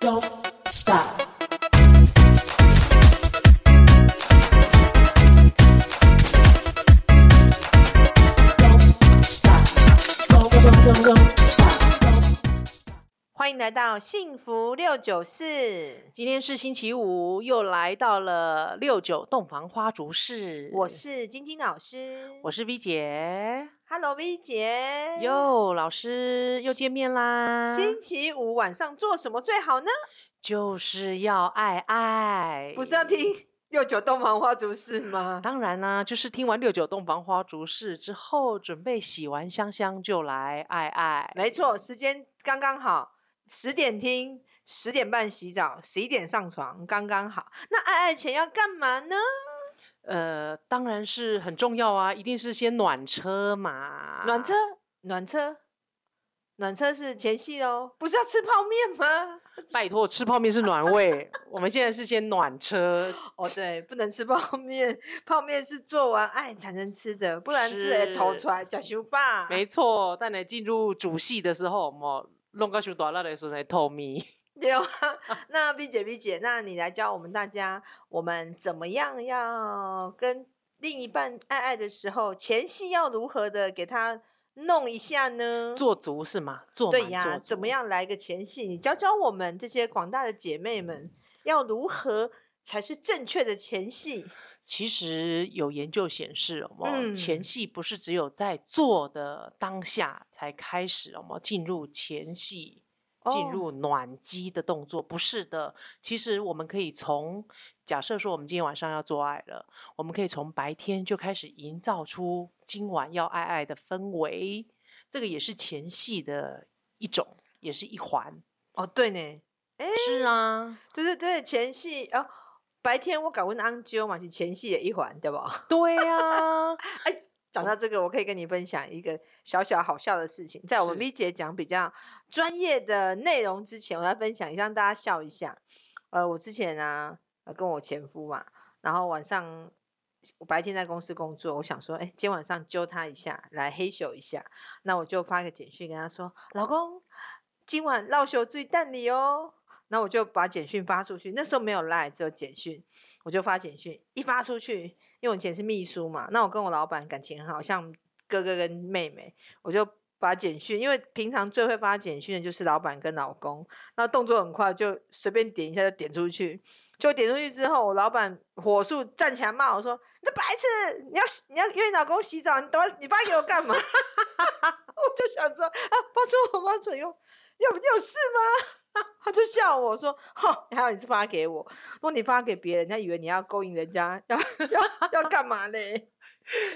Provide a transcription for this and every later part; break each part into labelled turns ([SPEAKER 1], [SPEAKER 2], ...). [SPEAKER 1] don't stop. Don't stop. Don't, don't, don't, don't stop. Don't stop.
[SPEAKER 2] 欢迎来到幸福六九四，
[SPEAKER 3] 今天是星期五，又来到了六九洞房花烛事。
[SPEAKER 2] 我是晶晶老师，
[SPEAKER 3] 我是 V 姐，
[SPEAKER 2] Hello V 姐。
[SPEAKER 3] 哟，老师又见面啦！
[SPEAKER 2] 星期五晚上做什么最好呢？
[SPEAKER 3] 就是要爱爱，
[SPEAKER 2] 不是要听 六九洞房花烛事吗？
[SPEAKER 3] 当然啦、就是听完六九洞房花烛事之后，准备洗完香香就来爱爱。
[SPEAKER 2] 没错，时间刚刚好，十点听，十点半洗澡，十一点上床，刚刚好。那爱爱前要干嘛呢？
[SPEAKER 3] 呃，当然是很重要啊，一定是先暖车嘛。
[SPEAKER 2] 暖车，啊暖车，暖车是前戏哦，不是要吃泡面吗？
[SPEAKER 3] 拜托，吃泡面是暖胃，我们现在是先暖车，
[SPEAKER 2] 哦，对，不能吃 泡面，泡面是做完爱才能吃的，不然吃了会吐
[SPEAKER 3] 是
[SPEAKER 2] 出来，假羞吧。
[SPEAKER 3] 没错，但你进入主戏的时候，么弄个熊大辣的时候来透明。
[SPEAKER 2] 对啊，那 B 姐 B 姐，那你来教我们大家，我们怎么样要跟另一半爱爱的时候，前戏要如何的给他弄一下呢？
[SPEAKER 3] 做足是吗？做
[SPEAKER 2] 对
[SPEAKER 3] 满
[SPEAKER 2] 呀，
[SPEAKER 3] 做
[SPEAKER 2] 怎么
[SPEAKER 3] 足？
[SPEAKER 2] 样来个前戏？你教教我们这些广大的姐妹
[SPEAKER 3] 嗯
[SPEAKER 2] 们，要如何才是正确的前戏？
[SPEAKER 3] 其实有研究显示，哦，前
[SPEAKER 2] 嗯
[SPEAKER 3] 戏不是只有在做的当下才开始，哦，进入前戏。进
[SPEAKER 2] 哦
[SPEAKER 3] 入暖机的动作，不是的。其实我们可以从假设说，我们今天晚上要做爱了，我们可以从白天就开始营造出今晚要爱爱的氛围，这个也是前戏的一种，也是一环。
[SPEAKER 2] 哦，对呢，
[SPEAKER 3] 是啊，
[SPEAKER 2] 对对对，前戏哦。白天我搞问安啾嘛，是前戏的一环，对吧？
[SPEAKER 3] 对呀、
[SPEAKER 2] 讲到这个，我可以跟你分享一个小小好笑的事情。在我们
[SPEAKER 3] 是
[SPEAKER 2] V 姐讲比较专业的内容之前，我要分享一下，让大家笑一下。呃，我之前啊，呃跟我前夫嘛，然后晚上我白天在公司工作，我想说，哎，今天晚上揪他一下，来嘿咻一下。那我就发个简讯跟他说，老公，今晚绕球最淡你哦。那我就把简讯发出去，那时候没有赖，只有简讯，我就发简讯，一发出去，因为我以前是秘书嘛，那我跟我老板感情很好，像哥哥跟妹妹，我就把简讯，因为平常最会发简讯的就是老板跟老公，那动作很快，就随便点一下就点出去，就点出去之后，我老板火速站起来骂我说：“你这白痴，你要洗你要约你老公洗澡，你等会你发给我干嘛？” 我就想说啊，发出我发出又有你有事吗？他就笑我说：“哦，还好你是发给我，如果你发给别人，他以为你要勾引人家， 要要要干嘛嘞？”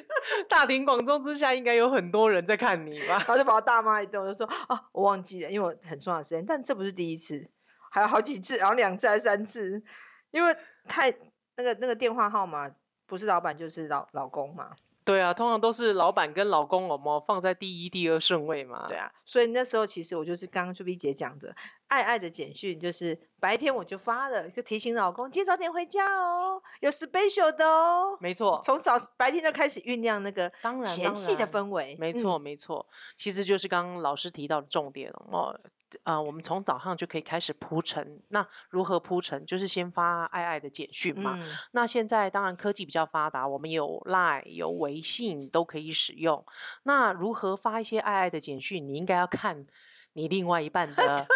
[SPEAKER 3] 大庭广众之下，应该有很多人在看你吧
[SPEAKER 2] 然？后就把我大骂一顿，我就说啊，我忘记了，因为我很重要的时间，但这不是第一次，还有好几次，然后两次还是三次，因为太那个那个电话号码不是老板就是老老公嘛，
[SPEAKER 3] 对啊，通常都是老板跟老公，我们放在第一、第二顺位嘛。
[SPEAKER 2] 对，啊，所以那时候其实我就是刚刚就 V 姐讲的，爱爱的简讯就是白天我就发了，就提醒老公今天早点回家哦，有 special 的哦，
[SPEAKER 3] 没错，
[SPEAKER 2] 从早白天就开始酝酿那个
[SPEAKER 3] 当然
[SPEAKER 2] 前
[SPEAKER 3] 当
[SPEAKER 2] 戏的
[SPEAKER 3] 然
[SPEAKER 2] 氛围，
[SPEAKER 3] 没
[SPEAKER 2] 嗯
[SPEAKER 3] 错，，没错。其实就是刚刚老师提到的重点哦。呃，我们从早上就可以开始铺陈。那如何铺陈？就是先发爱爱的简讯嘛。
[SPEAKER 2] 嗯
[SPEAKER 3] 那现在当然科技比较发达，我们有 Line、有微信都可以使用。那如何发一些爱爱的简讯？你应该要看你另外一 半的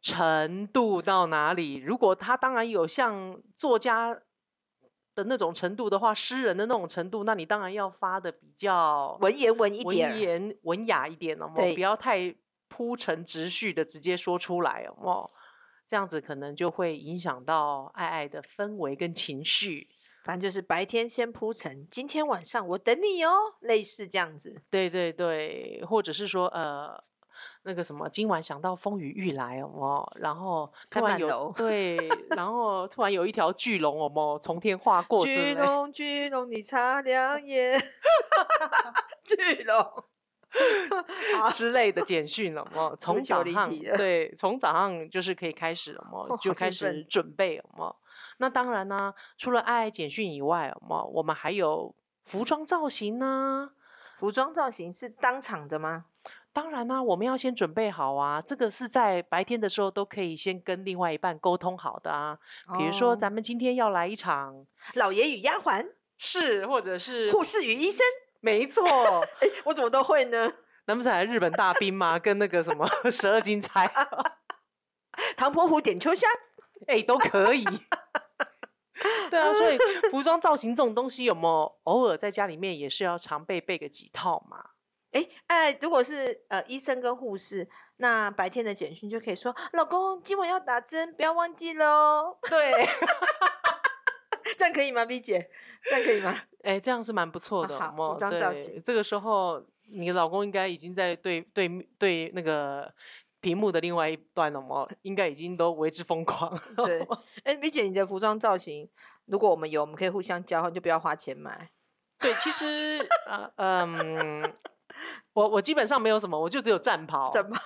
[SPEAKER 3] 程度到哪里。如果他当然有像作家的那种程度的话，诗人的那种程度，那你当然要发的比较
[SPEAKER 2] 文言文一
[SPEAKER 3] 文
[SPEAKER 2] 点儿，
[SPEAKER 3] 言文雅一点哦，
[SPEAKER 2] 对
[SPEAKER 3] 不要太铺陈直叙的直接说出来哦。这样子可能就会影响到爱爱的氛围跟情绪。
[SPEAKER 2] 反正就是白天先铺陈，今天晚上我等你哦，类似这样子。
[SPEAKER 3] 对对对，或者是说呃，那个什么，今晚想到风雨欲来哦哦，然后
[SPEAKER 2] 三
[SPEAKER 3] 突然
[SPEAKER 2] 板
[SPEAKER 3] 有
[SPEAKER 2] 楼
[SPEAKER 3] 对，然后突然有一条巨龙哦哦从天划过之类
[SPEAKER 2] 巨
[SPEAKER 3] 的，
[SPEAKER 2] 龙，巨龙，你擦亮眼， 巨龙。好
[SPEAKER 3] 之类的简讯了嘛，从
[SPEAKER 2] 起我
[SPEAKER 3] 早
[SPEAKER 2] 啊离
[SPEAKER 3] 上
[SPEAKER 2] 题了
[SPEAKER 3] 对，从早上就是可以开始了嘛
[SPEAKER 2] 哦，
[SPEAKER 3] 就
[SPEAKER 2] 好
[SPEAKER 3] 开
[SPEAKER 2] 兴奋
[SPEAKER 3] 始准备了嘛。那当然呢、除了爱简讯以外嘛，我们还有服装造型呢、
[SPEAKER 2] 服装造型是当场的吗？
[SPEAKER 3] 当然啦、我们要先准备好啊，这个是在白天的时候都可以先跟另外一半沟通好的啊。比如说，
[SPEAKER 2] 哦
[SPEAKER 3] 咱们今天要来一场
[SPEAKER 2] 老爷与丫鬟，
[SPEAKER 3] 是，或者是
[SPEAKER 2] 护士与医生，
[SPEAKER 3] 没错，
[SPEAKER 2] 哎，我怎么都会呢？
[SPEAKER 3] 难不成还日本大兵吗？跟那个 什么十二金钗，
[SPEAKER 2] 唐伯虎点秋香，
[SPEAKER 3] 哎、都 可以。对啊，所以服装造型这种东西，有没有偶尔在家里面也是要常备备个几套嘛？
[SPEAKER 2] 哎哎，如果是呃医生跟护士，那白天的简讯就可以说，老公今晚要打针，不要忘记喽。
[SPEAKER 3] 对，
[SPEAKER 2] 这样可以吗，B 姐？这样可以吗？
[SPEAKER 3] 哎、这样是蛮不错
[SPEAKER 2] 啊
[SPEAKER 3] 的。有
[SPEAKER 2] 好
[SPEAKER 3] 没有
[SPEAKER 2] 服装造
[SPEAKER 3] 对
[SPEAKER 2] 型
[SPEAKER 3] 这个时候你老公应该已经在对对对那个屏幕的另外一端了嘛，应该已经都为之疯狂了。
[SPEAKER 2] 对哎，B 姐，你的服装造型，如果我们有，我们可以互相交换，就不要花钱买。
[SPEAKER 3] 对，其实呃嗯，我我基本上没有什么，我就只有战袍。
[SPEAKER 2] 怎么？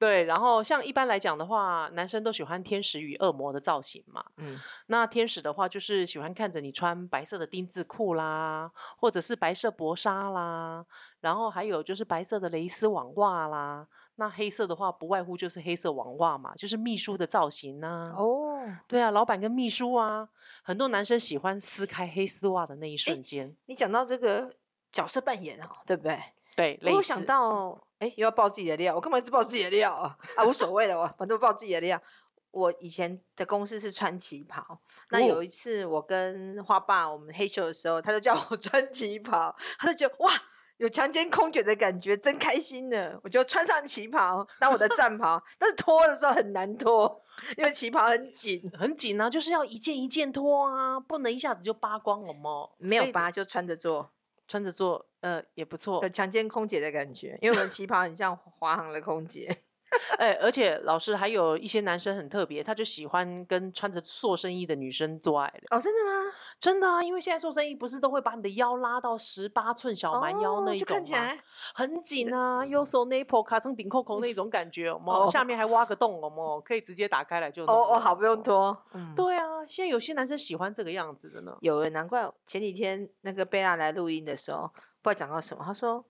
[SPEAKER 3] 对，然后像一般来讲的话，男生都喜欢天使与恶魔的造型嘛。
[SPEAKER 2] 嗯，
[SPEAKER 3] 那天使的话，就是喜欢看着你穿白色的丁字裤啦，或者是白色薄纱啦，然后还有就是白色的蕾丝网袜啦。那黑色的话，不外乎就是黑色网袜嘛，就是秘书的造型呐、
[SPEAKER 2] 哦，
[SPEAKER 3] 对啊，老板跟秘书啊，很多男生喜欢撕开黑丝袜的那一瞬间。
[SPEAKER 2] 你讲到这个角色扮演哦，对不对？
[SPEAKER 3] 对，类
[SPEAKER 2] 我
[SPEAKER 3] 似。
[SPEAKER 2] 想到，哎、又要爆自己的料，我干嘛一直爆自己的料啊？啊，无所谓的，我反正爆自己的料。我以前的公司是穿旗袍，那
[SPEAKER 3] 哦
[SPEAKER 2] 有一次我跟花爸我们黑秀的时候，他就叫我 穿旗袍，他就觉得哇，有强奸空姐的感觉，真开心呢。我就穿上旗袍当我的战袍，但是脱的时候很难脱，因为旗袍很紧，
[SPEAKER 3] 很紧啊，就是要一件一件脱啊，不能一下子就扒光了嘛。
[SPEAKER 2] 没有
[SPEAKER 3] 非得
[SPEAKER 2] 疤就穿着做，
[SPEAKER 3] 穿着做，呃，也不错
[SPEAKER 2] 有。强奸空姐的感觉，因为我们旗袍很像华航的空姐。
[SPEAKER 3] 哎、而且老师还有一些男生很特别，他就喜欢跟穿着塑身衣的女生做爱的。
[SPEAKER 2] 哦，真的吗？
[SPEAKER 3] 真的啊，因为现在塑身衣不是都会把你的腰拉到十八寸小蛮腰
[SPEAKER 2] 哦
[SPEAKER 3] 那一
[SPEAKER 2] 就
[SPEAKER 3] 种
[SPEAKER 2] 看起
[SPEAKER 3] 吗？
[SPEAKER 2] 来
[SPEAKER 3] 很紧啊，右手 nipple 卡成顶扣扣那种感觉，有没有
[SPEAKER 2] 哦
[SPEAKER 3] 下面还挖个洞，有没有可以直接打开来就弄
[SPEAKER 2] 哦哦，
[SPEAKER 3] 了
[SPEAKER 2] 好，不用
[SPEAKER 3] 哦
[SPEAKER 2] 脱。嗯，
[SPEAKER 3] 对啊，现在有些男生喜欢这个样子的呢。
[SPEAKER 2] 有诶，难怪前几天那个贝拉来录音的时候，不知道讲到什么，他说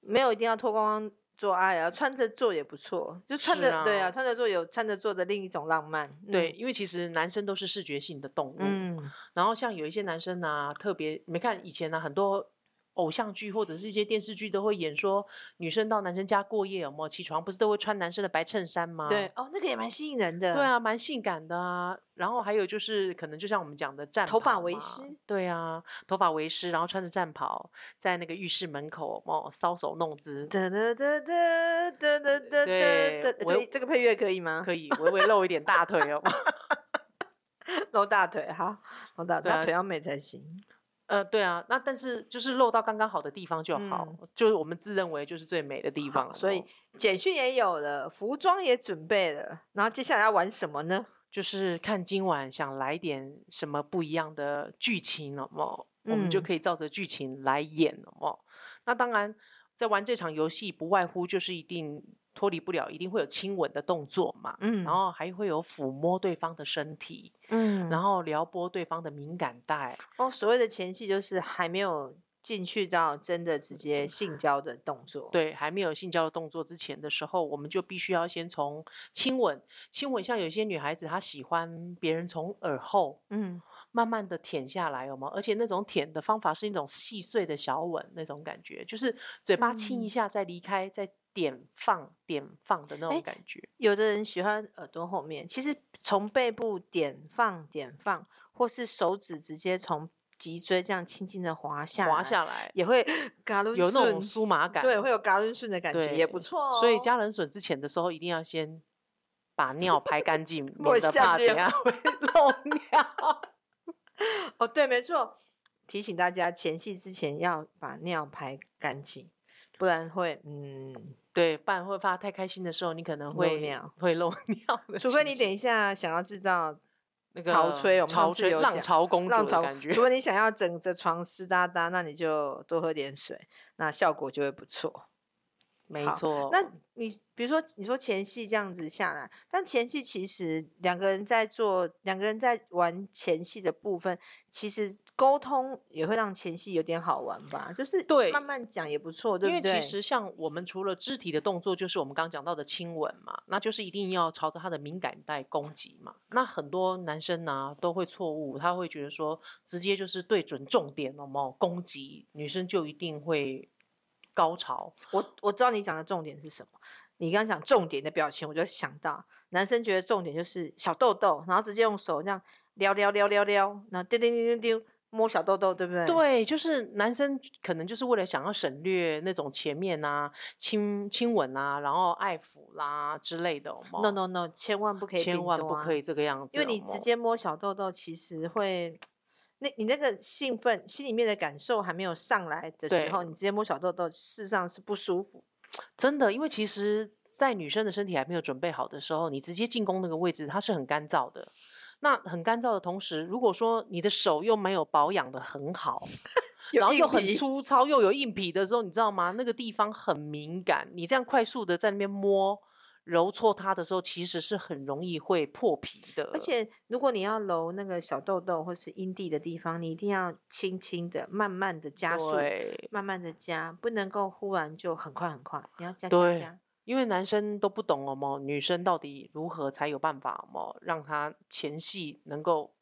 [SPEAKER 2] 没有一定要脱光光做爱啊，穿着做也不错，就穿
[SPEAKER 3] 是
[SPEAKER 2] 着对
[SPEAKER 3] 啊
[SPEAKER 2] 啊，穿着做有穿着做的另一种浪漫。嗯
[SPEAKER 3] 对，，因为其实男生都是视觉性的动物，
[SPEAKER 2] 嗯，
[SPEAKER 3] 然后像有一些男生啊，特别你们看以前呢、很多偶像剧或者是一些电视剧都会演说，女生到男生家过夜，有没有起床不是都会穿男生的白衬衫吗？
[SPEAKER 2] 对，哦，那个也蛮吸引人的。
[SPEAKER 3] 嗯啊对，啊，蛮性感的啊。然后还有就是，可能就像我们讲的战
[SPEAKER 2] 头发
[SPEAKER 3] 袍
[SPEAKER 2] 为
[SPEAKER 3] 嘛
[SPEAKER 2] 师，
[SPEAKER 3] 对啊，头发为师，然后穿着战袍在那个浴室门口哦搔首弄姿，
[SPEAKER 2] 哒哒哒哒哒哒哒
[SPEAKER 3] 呃对
[SPEAKER 2] 哒，
[SPEAKER 3] 我
[SPEAKER 2] 这这个配乐可以吗？
[SPEAKER 3] 可以微微露一点大腿哦。
[SPEAKER 2] 露大腿，好，露大腿，
[SPEAKER 3] 对啊
[SPEAKER 2] 他腿要美才行。
[SPEAKER 3] 呃，对啊，那但是就是露到刚刚好的地方就好，就是我们自认为就是最美的地方了咯。
[SPEAKER 2] 嗯
[SPEAKER 3] 哦
[SPEAKER 2] 所以简讯也有了，服装也准备了，然后接下来要玩什么呢？
[SPEAKER 3] 就是看今晚想来点什么不一样的剧情了嘛，我们就
[SPEAKER 2] 嗯
[SPEAKER 3] 可以照着剧情来演了嘛。那当然，在玩这场游戏，不外乎就是一定脱离不了，一定会有亲吻的动作嘛，
[SPEAKER 2] 嗯
[SPEAKER 3] 然后还会有抚摸对方的身体，
[SPEAKER 2] 嗯
[SPEAKER 3] 然后撩拨对方的敏感带。
[SPEAKER 2] 哦，所谓的前戏就是还没有进去到真的直接性交的动作。，
[SPEAKER 3] 对，还没有性交的动作之前的时候，我们就必须要先从亲吻，亲吻像有些女孩子她喜欢别人从耳后。
[SPEAKER 2] 嗯，
[SPEAKER 3] 慢慢的舔下来，有吗？而且那种舔的方法是一种细碎的小吻那种感觉，就是嘴巴亲一
[SPEAKER 2] 嗯
[SPEAKER 3] 下再离开，再点放点放的那种
[SPEAKER 2] 诶
[SPEAKER 3] 感觉。
[SPEAKER 2] 有的人喜欢耳朵后面，其实从背部点放点放，或是手指直接从脊椎这样轻轻的滑下，
[SPEAKER 3] 滑，下来
[SPEAKER 2] 也会嘎抡
[SPEAKER 3] 有那种
[SPEAKER 2] 顺
[SPEAKER 3] 酥麻感，
[SPEAKER 2] 对，会有嘎抡顺的感觉，也不
[SPEAKER 3] 对
[SPEAKER 2] 错、哦。
[SPEAKER 3] 所以加冷水之前的时候一定要先 把尿排干净，
[SPEAKER 2] 我
[SPEAKER 3] 免得
[SPEAKER 2] 吓
[SPEAKER 3] 怕等
[SPEAKER 2] 尿
[SPEAKER 3] 下会漏尿。
[SPEAKER 2] 哦，对，没错。提醒大家，前戏之前要把尿排干净，不然会嗯，
[SPEAKER 3] 对，不然会怕太开心的时候，你可能
[SPEAKER 2] 漏
[SPEAKER 3] 会
[SPEAKER 2] 尿
[SPEAKER 3] 会漏 尿的情形。
[SPEAKER 2] 除非你等一下想要制造
[SPEAKER 3] 那个
[SPEAKER 2] 潮吹我们上
[SPEAKER 3] 潮
[SPEAKER 2] 次
[SPEAKER 3] 吹
[SPEAKER 2] 有
[SPEAKER 3] 浪
[SPEAKER 2] 讲
[SPEAKER 3] 潮公主
[SPEAKER 2] 浪
[SPEAKER 3] 的
[SPEAKER 2] 潮
[SPEAKER 3] 感觉，
[SPEAKER 2] 除非你想要整着床湿哒哒，那你就多喝点水，那效果就会不错。
[SPEAKER 3] 没
[SPEAKER 2] 好
[SPEAKER 3] 错。
[SPEAKER 2] 那你比如说，你说前戏这样子下来，但前戏其实两个人在做，两个人在玩前戏的部分，其实沟通也会让前戏有点好玩吧？就是
[SPEAKER 3] 对
[SPEAKER 2] 慢慢讲也不错，对
[SPEAKER 3] 因为
[SPEAKER 2] 不对？
[SPEAKER 3] 其实像我们除了肢体的动作，就是我们刚刚讲到的亲吻嘛，那就是一定要朝着他的敏感带攻击嘛。那很多男生呢、都会错误，他会觉得说直接就是对准重点，有没有攻击女生就一定会高潮？
[SPEAKER 2] 我我知道你讲的重点是什么。你刚刚讲重点的表情，我就想到男生觉得重点就是小豆豆，然后直接用手这样撩撩撩撩撩，然后叮叮叮叮叮摸小豆豆，对不对？
[SPEAKER 3] 对，就是男生可能就是为了想要省略那种前面啊亲亲吻啊，然后爱抚啦之类的有没有
[SPEAKER 2] ，no no no，千万不可以，啊
[SPEAKER 3] 千万不可以。这个样子，
[SPEAKER 2] 因为
[SPEAKER 3] 有
[SPEAKER 2] 你
[SPEAKER 3] 没
[SPEAKER 2] 直
[SPEAKER 3] 有
[SPEAKER 2] 接摸小豆豆，其实会，那你那个兴奋，心里面的感受还没有上来的时候，
[SPEAKER 3] 对
[SPEAKER 2] 你直接摸小豆豆，事实上是不舒服。
[SPEAKER 3] 真的，因为其实，在女生的身体还没有准备好的时候，你直接进攻那个位置，它是很干燥的。那很干燥的同时，如果说你的手又没有保养的很 好，然后
[SPEAKER 2] 硬
[SPEAKER 3] 又很
[SPEAKER 2] 皮，
[SPEAKER 3] 粗糙又有硬皮的时候，你知道吗？那个地方很敏感，你这样快速的在那边摸揉搓它的时候，其实是很容易会破皮的。
[SPEAKER 2] 而且如果你要揉那个小豆豆或是阴蒂的地方，你一定要轻轻的、慢慢的加速，
[SPEAKER 3] 对，
[SPEAKER 2] 慢慢的加，不能够忽然就很快很快，你要加加
[SPEAKER 3] 对
[SPEAKER 2] 加。
[SPEAKER 3] 因为男生都不懂哦么，女生到底如何才有办法哦，让她前戏能够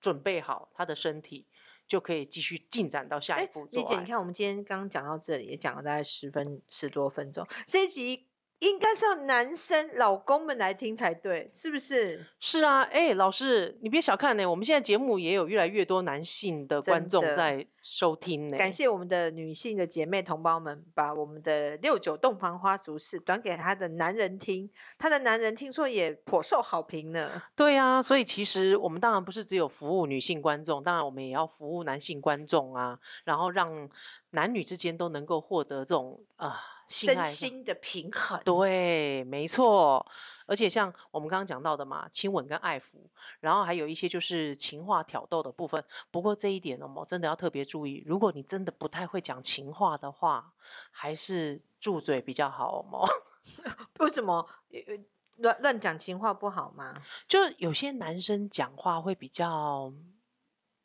[SPEAKER 3] 准备好她的身体，就可以继续进展到下一
[SPEAKER 2] 哎
[SPEAKER 3] 步，做
[SPEAKER 2] 丽姐，
[SPEAKER 3] 爱。
[SPEAKER 2] 你看我们今天刚刚讲到这里，也讲了大概十分十多分钟，这一集应该是要男生老公们来听才对，是不是？
[SPEAKER 3] 是啊，哎，老师，你别小看呢、我们现在节目也有越来越多男性的观
[SPEAKER 2] 真
[SPEAKER 3] 众
[SPEAKER 2] 的
[SPEAKER 3] 在收听呢、
[SPEAKER 2] 感谢我们的女性的姐妹同胞们，把我们的六九洞房花烛事转给她的男人听，她的男人听说也颇受好评呢。
[SPEAKER 3] 对啊，所以其实我们当然不是只有服务女性观众，当然我们也要服务男性观众啊，然后让男女之间都能够获得这种啊、性
[SPEAKER 2] 身
[SPEAKER 3] 爱上
[SPEAKER 2] 心的平衡，
[SPEAKER 3] 对，没错。而且像我们刚刚讲到的嘛，亲吻跟爱抚，然后还有一些就是情话挑逗的部分。不过这一点呢，我真的要特别注意，如果你真的不太会讲情话的话，还是住嘴比较好哦。
[SPEAKER 2] 为什么呃呃乱乱讲情话不好吗？
[SPEAKER 3] 就有些男生讲话会比较，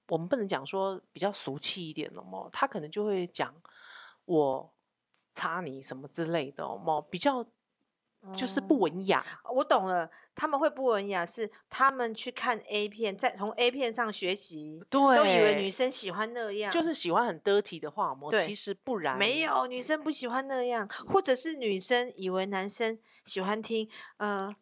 [SPEAKER 3] 我们不能讲说比较俗气一点的嘛，他可能就会讲我擦你什么之类的哦，比较就是不
[SPEAKER 2] 哦
[SPEAKER 3] 文雅。
[SPEAKER 2] 我懂了，他们会不文雅，是他们去看 A 片，再从 A 片上学习，
[SPEAKER 3] 对，
[SPEAKER 2] 都以为女生喜欢那样，
[SPEAKER 3] 就是喜欢很 dirty 的话膜，
[SPEAKER 2] 对
[SPEAKER 3] 其实不然。
[SPEAKER 2] 没有女生不喜欢那样，或者是女生以为男生喜欢听，呃，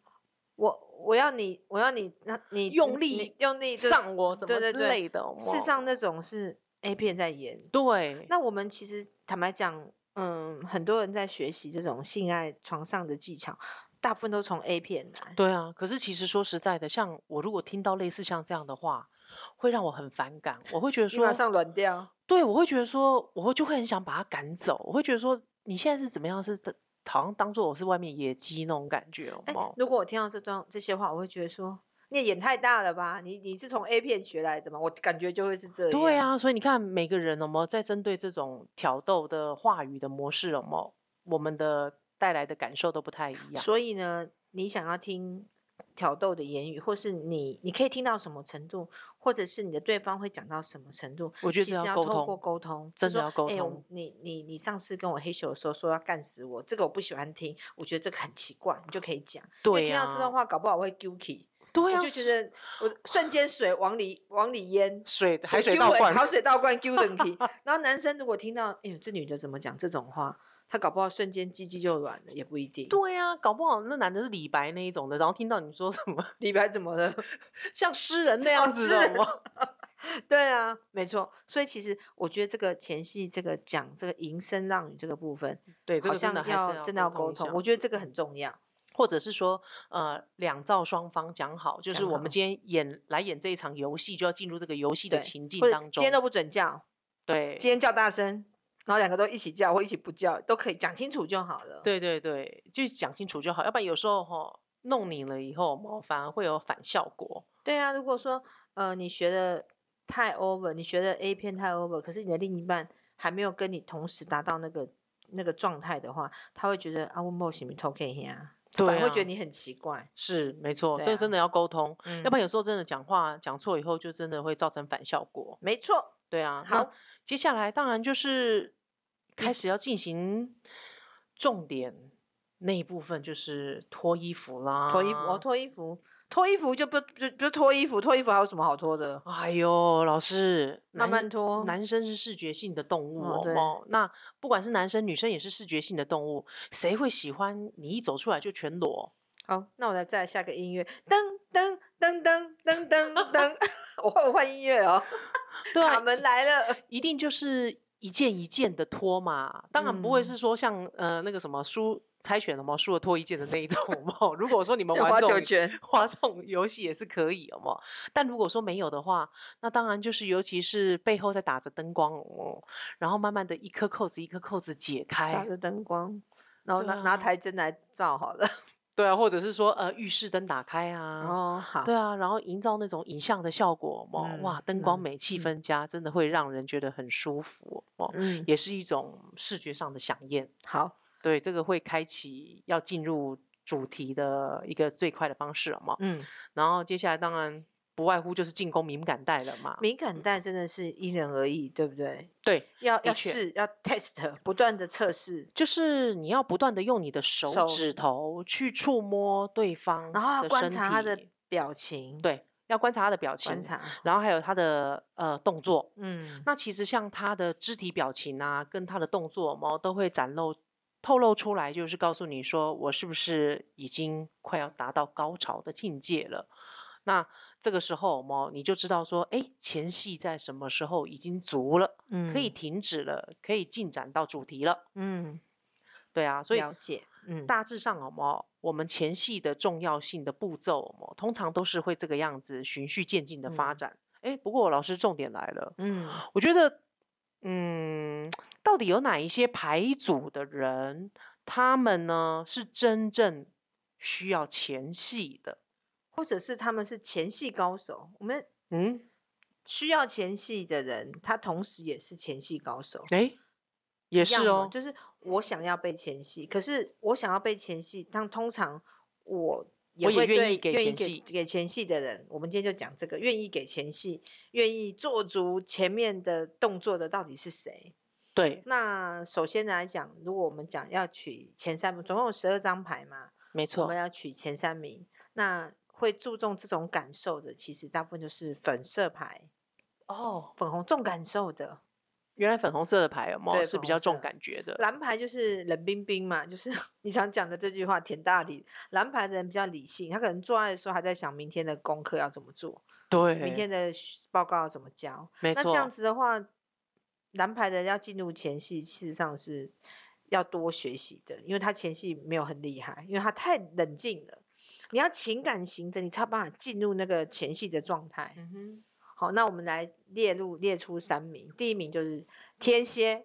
[SPEAKER 2] 我我要你，我要你，那你
[SPEAKER 3] 用
[SPEAKER 2] 你
[SPEAKER 3] 力
[SPEAKER 2] 用力就是
[SPEAKER 3] 上我什么
[SPEAKER 2] 对对
[SPEAKER 3] 之
[SPEAKER 2] 对
[SPEAKER 3] 类的哦膜。
[SPEAKER 2] 事实上那种是 A 片在演，
[SPEAKER 3] 对，
[SPEAKER 2] 那我们其实坦白讲，嗯，很多人在学习这种性爱床上的技巧，大部分都从 A 片来。
[SPEAKER 3] 对啊。可是其实说实在的，像我如果听到类似像这样的话，会让我很反感。我会觉得
[SPEAKER 2] 你
[SPEAKER 3] 说
[SPEAKER 2] 马，上软掉，
[SPEAKER 3] 对我会觉得说，我就会很想把他赶走。我会觉得说，你现在是怎么样？是好像当做我是外面野鸡那种感觉，有
[SPEAKER 2] 哎、
[SPEAKER 3] 没有
[SPEAKER 2] 如果我听到这段这些话，我会觉得说，你也演太大了吧？你你是从 A 片学来的嘛？我感觉就会是这样。
[SPEAKER 3] 对，啊，所以你看，每个人有没有在针对这种挑逗的话语的模式有没有，我们的带来的感受都不太一样。
[SPEAKER 2] 所以呢，你想要听挑逗的言语，或是你你可以听到什么程度，或者是你的对方会讲到什么程度，
[SPEAKER 3] 我觉得
[SPEAKER 2] 其
[SPEAKER 3] 这
[SPEAKER 2] 实
[SPEAKER 3] 要
[SPEAKER 2] 要
[SPEAKER 3] 沟
[SPEAKER 2] 透
[SPEAKER 3] 通
[SPEAKER 2] 过沟通，
[SPEAKER 3] 真
[SPEAKER 2] 就
[SPEAKER 3] 的
[SPEAKER 2] 说
[SPEAKER 3] 要沟
[SPEAKER 2] 哎我
[SPEAKER 3] 通
[SPEAKER 2] 你你你上次跟我黑咻的时候说要干死我，这个我不喜欢听，我觉得这个很奇怪，你就可以讲。因为
[SPEAKER 3] 对
[SPEAKER 2] 听
[SPEAKER 3] 呀、
[SPEAKER 2] 到这段话，搞不好我会 guilty，、
[SPEAKER 3] 对啊
[SPEAKER 2] 我
[SPEAKER 3] 呀、
[SPEAKER 2] 就觉得 我瞬间水往里往里淹。
[SPEAKER 3] 水海水
[SPEAKER 2] 丢
[SPEAKER 3] 倒
[SPEAKER 2] 回
[SPEAKER 3] 灌，
[SPEAKER 2] 海水倒灌丢进去。然后男生如果听到，哎呦，这女的怎么讲这种话，他搞不好瞬间鸡鸡就软了，也不一定。
[SPEAKER 3] 对呀、搞不好那男的是李白那一种的，然后听到你说什么
[SPEAKER 2] 李白怎么了？
[SPEAKER 3] 像诗人那样
[SPEAKER 2] 哦
[SPEAKER 3] 子
[SPEAKER 2] 诗
[SPEAKER 3] 的
[SPEAKER 2] 人
[SPEAKER 3] 吗？
[SPEAKER 2] 对啊，没错。所以其实我觉得这个前戏、这个讲、这个淫声浪语这个部分，
[SPEAKER 3] 对，这
[SPEAKER 2] 好
[SPEAKER 3] 个真
[SPEAKER 2] 像
[SPEAKER 3] 的还是
[SPEAKER 2] 真的要沟
[SPEAKER 3] 沟
[SPEAKER 2] 通。
[SPEAKER 3] 一下哦嗯
[SPEAKER 2] 我觉得这个很重要。
[SPEAKER 3] 或者是说，呃，两造双方讲好，就是
[SPEAKER 2] 讲
[SPEAKER 3] 我
[SPEAKER 2] 好
[SPEAKER 3] 们今天演来演这一场游戏，就要进入这个游戏的
[SPEAKER 2] 对，
[SPEAKER 3] 情境
[SPEAKER 2] 或者
[SPEAKER 3] 当中。
[SPEAKER 2] 今天都不准叫，
[SPEAKER 3] 对，
[SPEAKER 2] 今天叫大声，然后两个都一起叫或一起不叫都可以，讲清楚就好了。，
[SPEAKER 3] 对对对，就讲清楚就好，要不然有时候哈弄你了以后，哦反而会有反效果。
[SPEAKER 2] 对啊。如果说呃，你学的太 over，你学的 A 片太 over，可是你的另一半还没有跟你同时达到那个那个状态的话，他会觉得啊，我莫什么偷看一下，
[SPEAKER 3] 对
[SPEAKER 2] 反而会觉得
[SPEAKER 3] 啊
[SPEAKER 2] 你很奇怪。
[SPEAKER 3] 是没错，
[SPEAKER 2] 对
[SPEAKER 3] 这个真
[SPEAKER 2] 啊
[SPEAKER 3] 的要沟通，
[SPEAKER 2] 嗯
[SPEAKER 3] 要不然有时候真的讲话讲错以后，就真的会造成反效果。
[SPEAKER 2] 没错，
[SPEAKER 3] 对啊，
[SPEAKER 2] 好嗯
[SPEAKER 3] 那接下来当然就是开始要进行重点那一部分，就是脱衣服啦，
[SPEAKER 2] 脱衣服，哦，。脱衣服，脱衣服就不就就脱衣服，脱衣服还有什么好脱的？
[SPEAKER 3] 哎呦，老师，
[SPEAKER 2] 慢
[SPEAKER 3] 男
[SPEAKER 2] 慢脱
[SPEAKER 3] 男生是视觉性的动物
[SPEAKER 2] 哦
[SPEAKER 3] 哦，
[SPEAKER 2] 对
[SPEAKER 3] 哦那不管是男生女生也是视觉性的动物，谁会喜欢你一走出来就全裸？
[SPEAKER 2] 好，那我来再来下个音乐，噔噔噔噔噔噔噔， 我换我换音乐哦，
[SPEAKER 3] 对
[SPEAKER 2] 卡
[SPEAKER 3] 啊，
[SPEAKER 2] 门来了，
[SPEAKER 3] 一定就是一件一件的脱嘛，当然不会
[SPEAKER 2] 嗯
[SPEAKER 3] 是说像、呃那个什么输猜拳了嘛，输了脱一件的那一种 嘛。如果说你们玩
[SPEAKER 2] 花
[SPEAKER 3] 这种
[SPEAKER 2] 九卷，
[SPEAKER 3] 玩这种游戏也是可以哦嘛。但如果说没有的话，那当然就是尤其是背后在打着灯光哦，然后慢慢的一颗扣子一颗扣子解
[SPEAKER 2] 打
[SPEAKER 3] 开，
[SPEAKER 2] 着灯光，然后
[SPEAKER 3] 哎对
[SPEAKER 2] 拿、拿
[SPEAKER 3] 啊
[SPEAKER 2] 台针来照好了。
[SPEAKER 3] 对啊，或者是说呃浴室灯打开啊。
[SPEAKER 2] 哦，好，
[SPEAKER 3] 对啊，然后营造那种影像的效果嘛，
[SPEAKER 2] 嗯
[SPEAKER 3] 哇，灯光
[SPEAKER 2] 嗯
[SPEAKER 3] 美，气
[SPEAKER 2] 嗯
[SPEAKER 3] 氛佳，真的会让人觉得很舒服哦。
[SPEAKER 2] 嗯，
[SPEAKER 3] 也是一种视觉上的响应。
[SPEAKER 2] 好，
[SPEAKER 3] 对，这个会开启要进入主题的一个最快的方式了嘛。
[SPEAKER 2] 嗯，
[SPEAKER 3] 然后接下来当然不外乎就是进攻敏感带了嘛。
[SPEAKER 2] 敏感带真的是因人而异，对不对？
[SPEAKER 3] 对，
[SPEAKER 2] 要要
[SPEAKER 3] 的确
[SPEAKER 2] 试，要 test，不断的测试，
[SPEAKER 3] 就是你要不断的用你的手
[SPEAKER 2] 手
[SPEAKER 3] 指头去触摸对方，
[SPEAKER 2] 然后要观察他的
[SPEAKER 3] 身体
[SPEAKER 2] 表情，，
[SPEAKER 3] 对，要观察他的表情，
[SPEAKER 2] 观察，
[SPEAKER 3] 然后还有他的呃动作。
[SPEAKER 2] 嗯，
[SPEAKER 3] 那其实像他的肢体表情啊，跟他的动作嘛，都会展露透露出来，就是告诉你说我是不是已经快要达到高潮的境界了。那这个时候嘛，你就知道说，哎，前戏在什么时候已经足了，可以停止了，可以进展到主题了。
[SPEAKER 2] 嗯，嗯，
[SPEAKER 3] 对啊，所以
[SPEAKER 2] 了解，嗯，
[SPEAKER 3] 大致上哦，嘛，我们前戏的重要性的步骤哦，嘛通常都是会这个样子循序渐进的发
[SPEAKER 2] 嗯
[SPEAKER 3] 展。哎、不过老师重点来了，
[SPEAKER 2] 嗯，
[SPEAKER 3] 我觉得，嗯，到底有哪一些牌组的人，他们呢是真正需要前戏的？
[SPEAKER 2] 或者是他们是前戏高手，我们
[SPEAKER 3] 嗯，
[SPEAKER 2] 需要前戏的人，他同时也是前戏高手，
[SPEAKER 3] 哎，也
[SPEAKER 2] 一样
[SPEAKER 3] 是
[SPEAKER 2] 嘛
[SPEAKER 3] 哦，
[SPEAKER 2] 就是我想要被前戏，可是我想要被前戏，但通常我也
[SPEAKER 3] 我也
[SPEAKER 2] 会对
[SPEAKER 3] 愿意给
[SPEAKER 2] 愿意
[SPEAKER 3] 前
[SPEAKER 2] 给
[SPEAKER 3] 戏
[SPEAKER 2] 给前戏的人，我们今天就讲这个，愿意给前戏，愿意做足前面的动作的到底是谁？
[SPEAKER 3] 对，
[SPEAKER 2] 那首先来讲，如果我们讲要取前三名，总共有十二张牌嘛，
[SPEAKER 3] 没
[SPEAKER 2] 我
[SPEAKER 3] 错
[SPEAKER 2] 们，要取前三名，那会注重这种感受的，其实大部分就是粉色牌，
[SPEAKER 3] 哦，
[SPEAKER 2] 粉红重感受的，
[SPEAKER 3] 原来粉红色的牌哦，
[SPEAKER 2] 对
[SPEAKER 3] 是
[SPEAKER 2] 粉
[SPEAKER 3] 比
[SPEAKER 2] 红
[SPEAKER 3] 较重
[SPEAKER 2] 色
[SPEAKER 3] 感觉的，
[SPEAKER 2] 蓝牌就是冷冰冰嘛，就是 你常讲的这句话，舔大理。蓝牌的人比较理性，他可能做爱的时候还在想明天的功课要怎么做，
[SPEAKER 3] 对，
[SPEAKER 2] 明天的学报告要怎么交。
[SPEAKER 3] 没
[SPEAKER 2] 那
[SPEAKER 3] 错，
[SPEAKER 2] 这样子的话，蓝牌的人要进入前戏，事实上是要多学习的，因为他前戏没有很厉害，因为他太冷静了。你要情感型的，你才有办法进入那个前戏的状态。
[SPEAKER 3] 嗯哼，
[SPEAKER 2] 好，那我们来列入列出三名，第一名就是天蝎，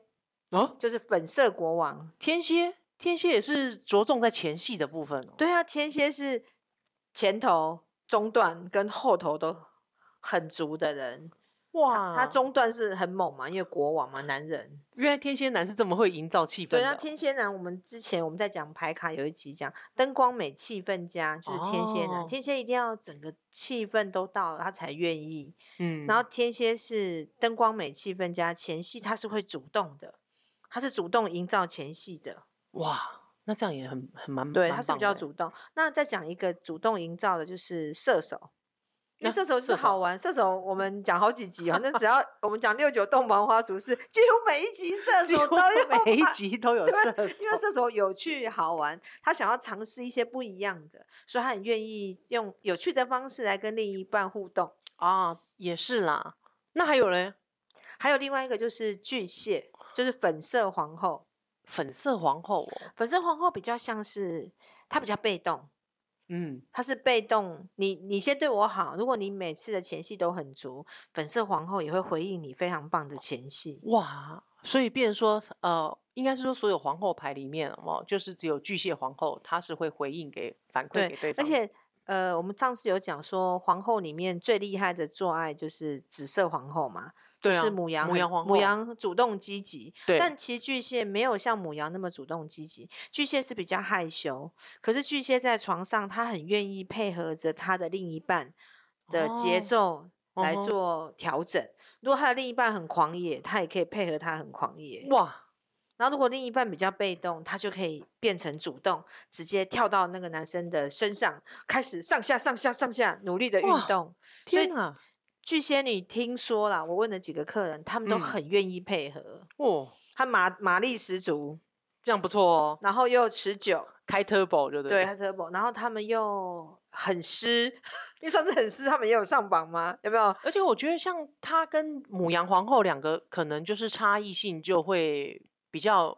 [SPEAKER 3] 哦，
[SPEAKER 2] 就是粉色国王。
[SPEAKER 3] 天蝎，天蝎也是着重在前戏的部分哦，
[SPEAKER 2] 对啊，天蝎是前头、中段跟后头都很足的人。他
[SPEAKER 3] 哇，
[SPEAKER 2] 他中段是很猛嘛，因为国王嘛，男人。
[SPEAKER 3] 原来天蝎男是这么会营造气氛的
[SPEAKER 2] 对，
[SPEAKER 3] 哦，
[SPEAKER 2] 那天蝎男，我们之前我们在讲牌卡有一集讲灯光美、气氛佳，就是天蝎男。
[SPEAKER 3] 哦
[SPEAKER 2] 天蝎一定要整个气氛都到了，他才愿意。
[SPEAKER 3] 嗯，
[SPEAKER 2] 然后天蝎是灯光美、气氛佳，前戏他是会主动的，他是主动营造前戏的。
[SPEAKER 3] 哇，那这样也很很蛮，
[SPEAKER 2] 对，
[SPEAKER 3] 蛮
[SPEAKER 2] 他是比
[SPEAKER 3] 棒
[SPEAKER 2] 较
[SPEAKER 3] 的欸
[SPEAKER 2] 主动。那再讲一个主动营造的，就是射手。那
[SPEAKER 3] 那
[SPEAKER 2] 射手是
[SPEAKER 3] 啊射
[SPEAKER 2] 好
[SPEAKER 3] 手嗯
[SPEAKER 2] 玩，射手我们讲好几集哦，那只 要我们讲六九洞房花烛是，几乎每一集射
[SPEAKER 3] 几
[SPEAKER 2] 手都
[SPEAKER 3] 乎
[SPEAKER 2] 有
[SPEAKER 3] 每一
[SPEAKER 2] 吧
[SPEAKER 3] 集都有
[SPEAKER 2] 对
[SPEAKER 3] 射
[SPEAKER 2] 因为
[SPEAKER 3] 手，
[SPEAKER 2] 射手有趣好玩，他想要尝试一些不一样的，所以他很愿意用有趣的方式来跟另一半互动。
[SPEAKER 3] 啊，也是啦。那还有嘞，
[SPEAKER 2] 还有另外一个就是巨蟹，就是粉色皇后，
[SPEAKER 3] 粉色皇后哦，
[SPEAKER 2] 粉色皇后比较像是她比较被动，
[SPEAKER 3] 嗯，
[SPEAKER 2] 他是被动，你你先对我好。如果你每次的前戏都很足，粉色皇后也会回应你非常棒的前戏。
[SPEAKER 3] 哇，所以变成说，呃，应该是说所有皇后牌里面哦，就是只有巨蟹皇后，她是会回应给反馈给对
[SPEAKER 2] 而
[SPEAKER 3] 方，
[SPEAKER 2] 且呃，我们上次有讲说，皇后里面最厉害的做爱就是紫色皇后嘛，就
[SPEAKER 3] 对啊
[SPEAKER 2] 是母羊
[SPEAKER 3] 母
[SPEAKER 2] 很
[SPEAKER 3] 羊皇
[SPEAKER 2] 母
[SPEAKER 3] 后
[SPEAKER 2] 羊主动积极，
[SPEAKER 3] 对，
[SPEAKER 2] 但其实巨蟹没有像母羊那么主动积极，巨蟹是比较害羞。可是巨蟹在床上，他很愿意配合着他的另一半的节
[SPEAKER 3] 哦
[SPEAKER 2] 奏来
[SPEAKER 3] 嗯哼
[SPEAKER 2] 做调整。如果他的另一半很狂野，他也可以配合他很狂野。
[SPEAKER 3] 哇，
[SPEAKER 2] 然后如果另一半比较被动，他就可以变成主动，直接跳到那个男生的身上，开始上下上下上下努力的运
[SPEAKER 3] 哇
[SPEAKER 2] 动。所以
[SPEAKER 3] 天啊，
[SPEAKER 2] 巨蟹女听说啦，我问了几个客人，他们都
[SPEAKER 3] 嗯
[SPEAKER 2] 很愿意配合，
[SPEAKER 3] 哦，
[SPEAKER 2] 他马马力十足。
[SPEAKER 3] 这样不错哦，
[SPEAKER 2] 然后又持久，
[SPEAKER 3] 开 turbo 就
[SPEAKER 2] 对，啊
[SPEAKER 3] 对
[SPEAKER 2] 它
[SPEAKER 3] 了，
[SPEAKER 2] 是 turbo，然后他们又很湿，因为上次很湿，他们也有上榜吗？有没有？
[SPEAKER 3] 而且我觉得像他跟母羊皇后两个，可能就是差异性就会比较，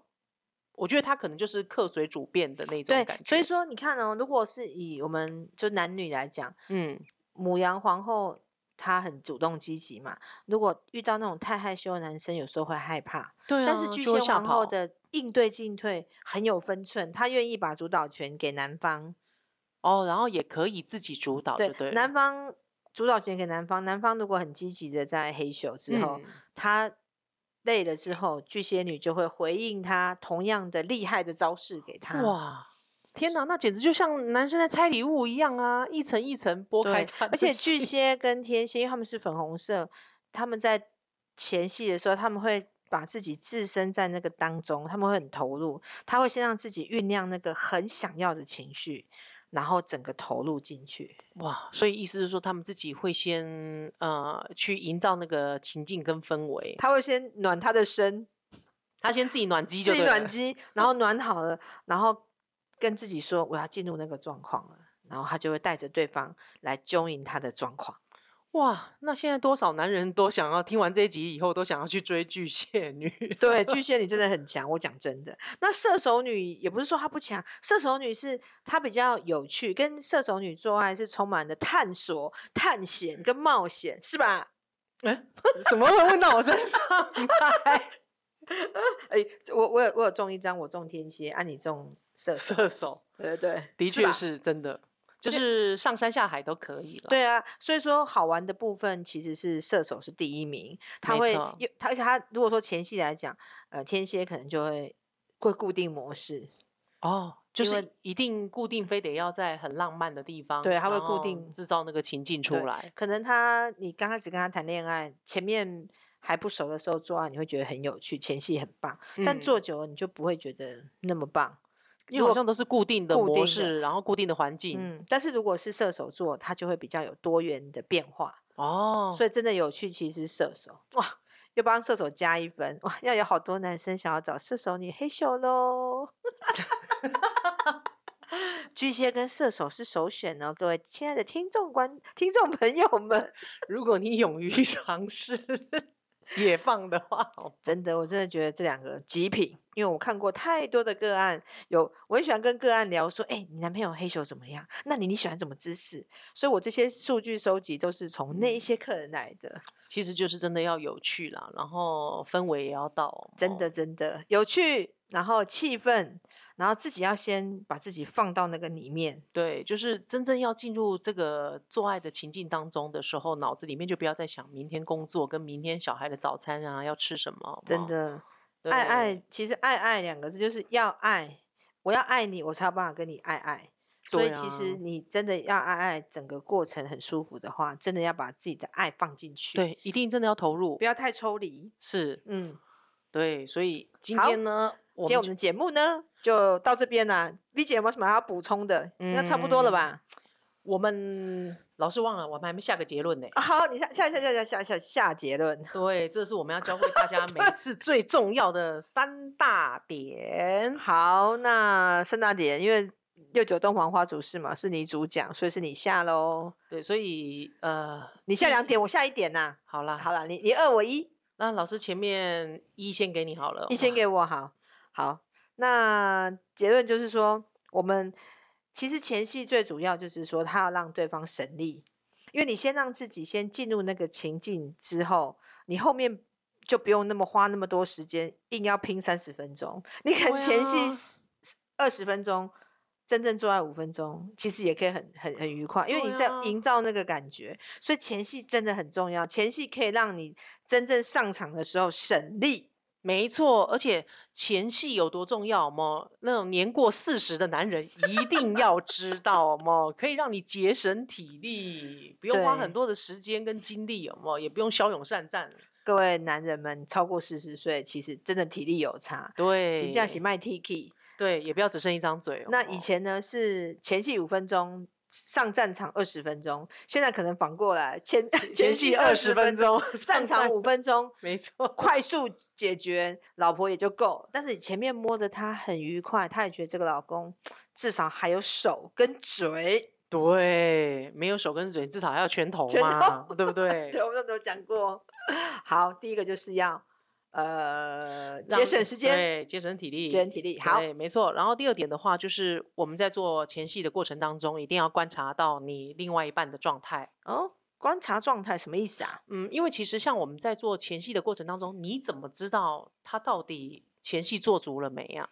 [SPEAKER 3] 我觉得他可能就是客随主便的那种
[SPEAKER 2] 对
[SPEAKER 3] 感，觉。
[SPEAKER 2] 所以，说你看哦，如果是以我们就男女来讲，
[SPEAKER 3] 嗯，
[SPEAKER 2] 母羊皇后她很主动积极嘛，如果遇到那种太害羞的男生，有时候会害怕，
[SPEAKER 3] 对啊，
[SPEAKER 2] 但是巨
[SPEAKER 3] 就会
[SPEAKER 2] 蟹
[SPEAKER 3] 吓
[SPEAKER 2] 皇后
[SPEAKER 3] 跑
[SPEAKER 2] 的应对进退很有分寸，她愿意把主导权给男方，
[SPEAKER 3] 哦，然后也可以自己主导就对了，
[SPEAKER 2] 男方主导权给男方，男方如果很积极的在黑咻之后。
[SPEAKER 3] 嗯
[SPEAKER 2] 他累了之后，巨蟹女就会回应他同样的厉害的招式给他。
[SPEAKER 3] 哇，天哪，那简直就像男生在拆礼物一样啊，一层一层剥开
[SPEAKER 2] 对
[SPEAKER 3] 它，
[SPEAKER 2] 而
[SPEAKER 3] 的
[SPEAKER 2] 且巨
[SPEAKER 3] 心
[SPEAKER 2] 蟹跟天蝎，因为他们是粉红色，他们在前戏的时候，他们会把自己置身在那个当中，他们会很投入，他会先让自己酝酿那个很想要的情绪，然后整个投入进去。
[SPEAKER 3] 哇，所以意思是说他们自己会先呃去营造那个情境跟氛围，
[SPEAKER 2] 他会先暖他的身，
[SPEAKER 3] 他先自己暖机就
[SPEAKER 2] 自己
[SPEAKER 3] 对
[SPEAKER 2] 暖
[SPEAKER 3] 了
[SPEAKER 2] 机，然后暖好了，然后跟自己说我要进入那个状况了，然后他就会带着对方来 join 他的状况。
[SPEAKER 3] 哇，那现在多少男人都想要听完这一集以后都想要去追巨蟹女
[SPEAKER 2] 对，巨蟹女真的很强，我讲真的。那射手女也不是说她不强，射手女是她比较有趣，跟射手女做爱是充满了探索、探险跟冒险，是吧？
[SPEAKER 3] 怎么会问到我身上来？
[SPEAKER 2] 哎，我我有我有中一张，我中天蝎，啊，你中射手，
[SPEAKER 3] 射手
[SPEAKER 2] 对对，
[SPEAKER 3] 的确
[SPEAKER 2] 吧
[SPEAKER 3] 是真的，就是上山下海都可以了。
[SPEAKER 2] 对啊，所以说好玩的部分其实是射手是第一名，他
[SPEAKER 3] 没
[SPEAKER 2] 会
[SPEAKER 3] 错
[SPEAKER 2] 又他而且他如果说前戏来讲，呃，天蝎可能就会会固定模式，
[SPEAKER 3] 哦，就
[SPEAKER 2] 因
[SPEAKER 3] 是
[SPEAKER 2] 为
[SPEAKER 3] 一定固定非得要在很浪漫的地方，
[SPEAKER 2] 对它会
[SPEAKER 3] 然
[SPEAKER 2] 固
[SPEAKER 3] 后
[SPEAKER 2] 定
[SPEAKER 3] 制造那个情境出
[SPEAKER 2] 对
[SPEAKER 3] 来。
[SPEAKER 2] 可能他你刚开始跟他谈恋爱，前面还不熟的时候做爱，你会觉得很有趣，前戏很棒，但
[SPEAKER 3] 嗯
[SPEAKER 2] 做久了你就不会觉得那么棒。
[SPEAKER 3] 因
[SPEAKER 2] 如
[SPEAKER 3] 为好
[SPEAKER 2] 果
[SPEAKER 3] 像都是固定的
[SPEAKER 2] 固定
[SPEAKER 3] 模
[SPEAKER 2] 的
[SPEAKER 3] 式，然后固定的环境。
[SPEAKER 2] 嗯，但是如果是射手座，他就会比较有多元的变化，
[SPEAKER 3] 哦，
[SPEAKER 2] 所以真的有趣其实是射手哇。又帮射手加一分哇！要有好多男生想要找射手女黑手喽。 巨蟹跟射手是首选哦，各位亲爱的听众观听众朋友们，
[SPEAKER 3] 如果你勇于 尝试野放的话，哦
[SPEAKER 2] 真的，我真的觉得这两个极品，因为我看过太多的个案，有我很喜欢跟个案聊说，哎、你男朋友黑手怎么样？那你你喜欢什么姿势？所以我这些数据收集都是从那一些客人来的，
[SPEAKER 3] 其实就是真的要有趣啦，然后氛围也要到，
[SPEAKER 2] 真的
[SPEAKER 3] 哦
[SPEAKER 2] 真的有趣，然后气氛，然后自己要先把自己放到那个里面，
[SPEAKER 3] 对，就是真正要进入这个做爱的情境当中的时候，脑子里面就不要再想明天工作跟明天小孩的早餐啊要吃什么，
[SPEAKER 2] 真的。
[SPEAKER 3] 对
[SPEAKER 2] 爱爱，其实爱爱两个字就是要爱，我要爱你，我才有办法跟你爱爱。所以
[SPEAKER 3] 对
[SPEAKER 2] 其
[SPEAKER 3] 啊
[SPEAKER 2] 实你真的要爱爱，整个过程很舒服的话，真的要把自己的爱放进去，，
[SPEAKER 3] 对，一定真的要投入
[SPEAKER 2] 不，要太抽离。
[SPEAKER 3] 是
[SPEAKER 2] 嗯，
[SPEAKER 3] 对，所以今
[SPEAKER 2] 好
[SPEAKER 3] 天呢，我
[SPEAKER 2] 今天我
[SPEAKER 3] 们
[SPEAKER 2] 们的节目呢就到这边啦。V 姐有没有什么要补充的？应该差不
[SPEAKER 3] 嗯
[SPEAKER 2] 多了吧？
[SPEAKER 3] 我们老是忘了，我们还没下个结论呢、
[SPEAKER 2] 啊好，你下下下下下下下结论。
[SPEAKER 3] 对，这是我们要教会大家每次最重要的三大点。
[SPEAKER 2] 好，那盛大点，因为六九东皇花烛事嘛，是你主讲，所以是你下喽。
[SPEAKER 3] 对，所以呃，
[SPEAKER 2] 你下
[SPEAKER 3] 第
[SPEAKER 2] 两点，我下一点呐、
[SPEAKER 3] 好啦，
[SPEAKER 2] 好了，你你二我一。
[SPEAKER 3] 那老师前面一先给你好了，
[SPEAKER 2] 一千给我好，好。那结论就是说，我们其实前戏最主要就是说，他要让对方省力，因为你先让自己先进入那个情境之后，你后面就不用那么花那么多时间，硬要拼三十分钟。你可能
[SPEAKER 3] 对
[SPEAKER 2] 前
[SPEAKER 3] 啊
[SPEAKER 2] 戏二十分钟，真正做爱五分钟，其实也可以很很很愉快，因为
[SPEAKER 3] 对
[SPEAKER 2] 你在
[SPEAKER 3] 啊
[SPEAKER 2] 营造那个感觉，所以前戏真的很重要。前戏可以让你真正上场的时候省力，
[SPEAKER 3] 没错，而且前戏有多重要吗？那种年过四十的男人一定要知道吗？可以让你节省体力，不用花很
[SPEAKER 2] 对
[SPEAKER 3] 多的时间跟精力，有吗？也不用骁勇善战。
[SPEAKER 2] 各位男人们，超过四十岁，其实真的体力有差。
[SPEAKER 3] 对，哦
[SPEAKER 2] 请假洗卖 T K。
[SPEAKER 3] 对，也不要只剩一张嘴。有
[SPEAKER 2] 那
[SPEAKER 3] 没
[SPEAKER 2] 以
[SPEAKER 3] 有
[SPEAKER 2] 前呢是前戏五分钟，上战场二十分钟，现在可能反过来，前
[SPEAKER 3] 前戏二十分，钟，
[SPEAKER 2] 战场五分钟，
[SPEAKER 3] 没错，
[SPEAKER 2] 快速解决，老婆也就够。但是你前面摸的她很愉快，她也觉得这个老公至少还有手跟嘴，
[SPEAKER 3] 对，没有手跟嘴，至少还要拳头
[SPEAKER 2] 拳头
[SPEAKER 3] 嘛，对不 对？
[SPEAKER 2] 对，我们都讲过。 好，第一个就是要呃节
[SPEAKER 3] 让
[SPEAKER 2] 省时间，
[SPEAKER 3] 对，节省体力，
[SPEAKER 2] 节省体力。好，
[SPEAKER 3] 对，没错。然后第二点的话，就是我们在做前戏的过程当中，一定要观察到你另外一半的状态。
[SPEAKER 2] 哦，观察状态什么意思啊？
[SPEAKER 3] 嗯，因为其实像我们在做前戏的过程当中，你怎么知道他到底前戏做足了没呀、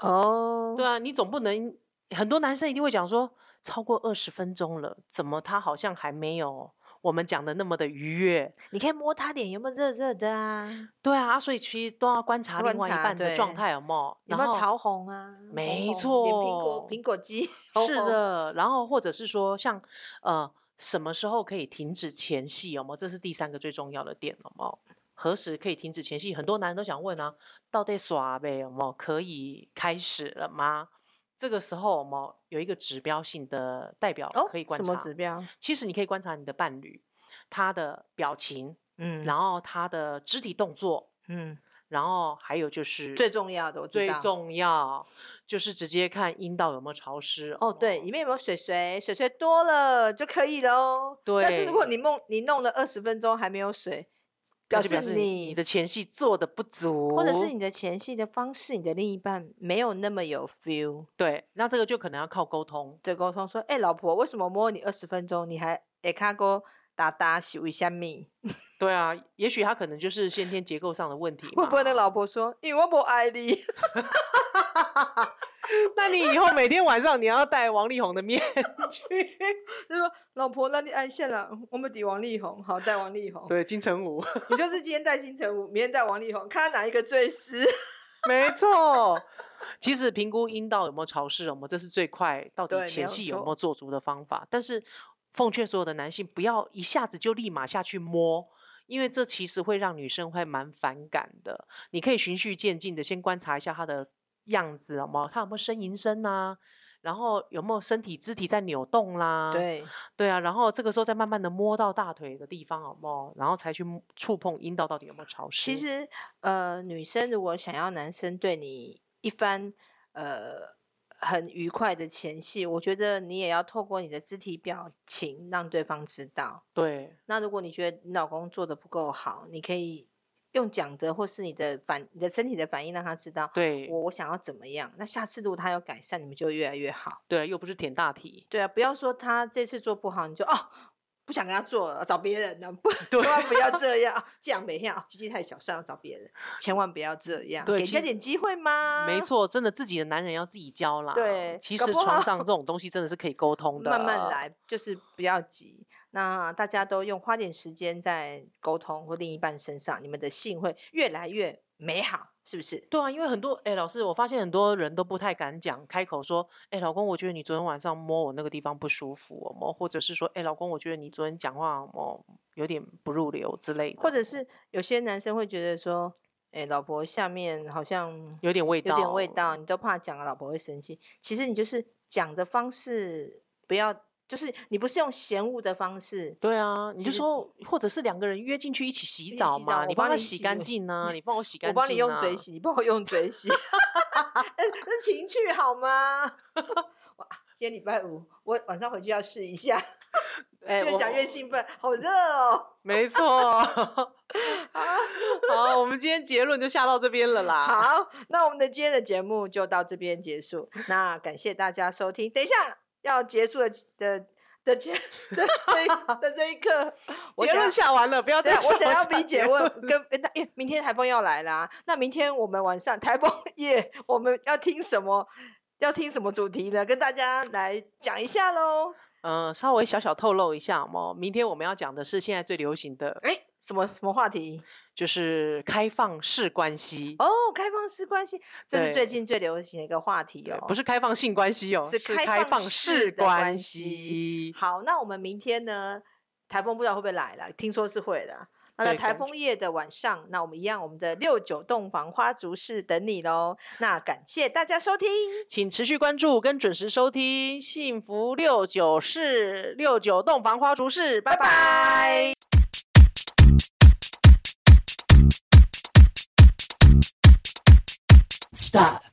[SPEAKER 2] 哦，
[SPEAKER 3] 对啊，你总不能很多男生一定会讲说，超过二十分钟了，怎么他好像还没有我们讲的那么的愉悦？
[SPEAKER 2] 你可以摸她脸有没有热热的啊，
[SPEAKER 3] 对啊，所以其实都要观察
[SPEAKER 2] 观
[SPEAKER 3] 另外一
[SPEAKER 2] 察
[SPEAKER 3] 半的状
[SPEAKER 2] 对
[SPEAKER 3] 态有没有，
[SPEAKER 2] 有
[SPEAKER 3] 然
[SPEAKER 2] 没有
[SPEAKER 3] 后
[SPEAKER 2] 潮红啊？
[SPEAKER 3] 没
[SPEAKER 2] 红红脸苹果
[SPEAKER 3] 错
[SPEAKER 2] 苹果肌，
[SPEAKER 3] 是
[SPEAKER 2] 红红，
[SPEAKER 3] 的，然后或者是说像呃什么时候可以停止前戏，有没有？这是第三个最重要的点，有没有？何时可以停止前戏？很多男人都想问啊，到底耍呗，有没有？可以开始了吗？这个时候，有没有有一个指标性的代表
[SPEAKER 2] 哦，
[SPEAKER 3] 可以观
[SPEAKER 2] 什
[SPEAKER 3] 察？
[SPEAKER 2] 么指标？
[SPEAKER 3] 其实你可以观察你的伴侣他的表情，
[SPEAKER 2] 嗯
[SPEAKER 3] 然后他的肢体动作，
[SPEAKER 2] 嗯，
[SPEAKER 3] 然后还有就是
[SPEAKER 2] 最重要的我知
[SPEAKER 3] 最
[SPEAKER 2] 道。
[SPEAKER 3] 重要就是直接看阴道有没有潮湿。有
[SPEAKER 2] 哦，
[SPEAKER 3] 没
[SPEAKER 2] 对，
[SPEAKER 3] 有
[SPEAKER 2] 里面有没有水水？水水多了就可以喽。但是如果
[SPEAKER 3] 对
[SPEAKER 2] 你弄你弄了二十分钟还没有水，
[SPEAKER 3] 那
[SPEAKER 2] 表
[SPEAKER 3] 就
[SPEAKER 2] 示
[SPEAKER 3] 你的前戏做的不足，
[SPEAKER 2] 或者是你的前戏的方式，你的另一半没有那么有 feel。
[SPEAKER 3] 对，那这个就可能要靠沟通。
[SPEAKER 2] 对，沟通说，哎、老婆，为什么摸你二十分钟，你还哎卡哥打打洗一下米？
[SPEAKER 3] 对啊，也许他可能就是先天结构上的问题。
[SPEAKER 2] 会不会那个？老婆说，因为我不爱 你？
[SPEAKER 3] 那你以后每天晚上你要带王力宏的面 去，
[SPEAKER 2] 就说老婆，那你按下了，我们抵王力宏，好带王力宏，
[SPEAKER 3] 对，金城武，
[SPEAKER 2] 你就是今天带金城武，明天带王力宏，看他哪一个最湿。
[SPEAKER 3] 没错。 其实评估阴道有没有潮湿，我们这是最快到
[SPEAKER 2] 对
[SPEAKER 3] 底
[SPEAKER 2] 没
[SPEAKER 3] 前
[SPEAKER 2] 有
[SPEAKER 3] 戏有没
[SPEAKER 2] 错
[SPEAKER 3] 有做足的方法。但是奉劝所有的男性不要一下子就立马下去摸，因为这其实会让女生会蛮反感的。你可以循序渐进的先观察一下她的样子，好吗？她有没有呻吟声啊？然后有没有身体肢体在扭动啦？
[SPEAKER 2] 对，
[SPEAKER 3] 对啊，然后这个时候再慢慢的摸到大腿的地方，好不好？然后才去摸触碰阴道到底有没有潮湿。
[SPEAKER 2] 其实，呃，女生如果想要男生对你一番呃很愉快的前戏，我觉得你也要透过你的肢体表情让对方知道。
[SPEAKER 3] 对，
[SPEAKER 2] 那如果你觉得你老公做的不够好，你可以用讲的或是你的反你的身体的反应让他知道，
[SPEAKER 3] 对
[SPEAKER 2] 我我想要怎么样。那下次如果他有改善，你们就越来越好。
[SPEAKER 3] 对，又不是舔大题。
[SPEAKER 2] 对啊，不要说他这次做不好，你就哦。不想跟他做了，找别人了。 不，
[SPEAKER 3] 对
[SPEAKER 2] 千万不要 这样。这样没样，鸡鸡太小，算了，找别人。千万不要这样，
[SPEAKER 3] 对
[SPEAKER 2] 给人
[SPEAKER 3] 其
[SPEAKER 2] 家
[SPEAKER 3] 实
[SPEAKER 2] 点机会嘛。
[SPEAKER 3] 没，错，真的自己的男人要自己教啦。
[SPEAKER 2] 啊对
[SPEAKER 3] 其
[SPEAKER 2] 搞
[SPEAKER 3] 实
[SPEAKER 2] 不
[SPEAKER 3] 床
[SPEAKER 2] 好
[SPEAKER 3] 上这种东西真的是可以沟通的，
[SPEAKER 2] 慢慢。来，就是不要急。那大家都用花点时间在沟通或另一半身上，你们的性会越来越美好，是不是？
[SPEAKER 3] 对啊，因为很多哎、老师，我发现很多人都不太敢讲，开口说，哎、老公，我觉得你昨天晚上摸我那个地方不舒服，哦，或者是说，哎、老公，我觉得你昨天讲话哦有点不入流之类的，
[SPEAKER 2] 或者是有些男生会觉得说，哎、老婆下面好像
[SPEAKER 3] 有点味道，
[SPEAKER 2] 有点味道，你都怕讲了老婆会生气。其实你就是讲的方式不要，就是你不是用嫌恶的方式。
[SPEAKER 3] 对啊，你
[SPEAKER 2] 其
[SPEAKER 3] 就
[SPEAKER 2] 实
[SPEAKER 3] 说，或者是两个人约进去一起洗
[SPEAKER 2] 起
[SPEAKER 3] 澡
[SPEAKER 2] 洗
[SPEAKER 3] 嘛，
[SPEAKER 2] 澡
[SPEAKER 3] 你
[SPEAKER 2] 我帮
[SPEAKER 3] 帮他
[SPEAKER 2] 你
[SPEAKER 3] 洗
[SPEAKER 2] 洗
[SPEAKER 3] 干
[SPEAKER 2] 我
[SPEAKER 3] 净啊，你帮我洗干
[SPEAKER 2] 我
[SPEAKER 3] 净、啊，
[SPEAKER 2] 帮你用嘴，洗，你帮我用嘴 洗，哎那是情趣好吗？ 哇，今天礼拜五，我晚上回去要试一下。
[SPEAKER 3] 哎、
[SPEAKER 2] 越
[SPEAKER 3] 我
[SPEAKER 2] 讲越兴奋，好热 哦！
[SPEAKER 3] 没错。好，我们今天结论就下到这边了啦。
[SPEAKER 2] 好，那我们的今天的节目就到这边结束。那感谢大家收听。等一下要结束的的的前 的这一的这一 刻，我
[SPEAKER 3] 结
[SPEAKER 2] 想
[SPEAKER 3] 论
[SPEAKER 2] 要
[SPEAKER 3] 下完了，不 要
[SPEAKER 2] 对
[SPEAKER 3] 再
[SPEAKER 2] 啊，我想要
[SPEAKER 3] 逼
[SPEAKER 2] 比姐问 跟诶那诶明天台风要来啦，那明天我们晚上台风夜我们要听什么要听什么主题呢？跟大家来讲一下喽。
[SPEAKER 3] 嗯、稍微小小透露一下嘛，明天我们要讲的是现在最流行的，
[SPEAKER 2] 哎，什么什么话题？
[SPEAKER 3] 就是开放式关系。
[SPEAKER 2] 哦，开放式关系，这是
[SPEAKER 3] 对
[SPEAKER 2] 最近最流行的一个话题
[SPEAKER 3] 对
[SPEAKER 2] 哦。
[SPEAKER 3] 不是开放性关系哦，
[SPEAKER 2] 是开
[SPEAKER 3] 开
[SPEAKER 2] 放
[SPEAKER 3] 放
[SPEAKER 2] 式
[SPEAKER 3] 式
[SPEAKER 2] 的关
[SPEAKER 3] 系。
[SPEAKER 2] 好，那我们明天呢？台风不知道会不会来了，听说是会的。那在
[SPEAKER 3] 对
[SPEAKER 2] 台
[SPEAKER 3] 感觉
[SPEAKER 2] 风夜的晚上，那我们一样，我们的六九洞房花烛式等你喽。那感谢大家收听，
[SPEAKER 3] 请持续关注跟准时收听《幸福六九室》六九洞房花烛室，拜拜。
[SPEAKER 1] Stop.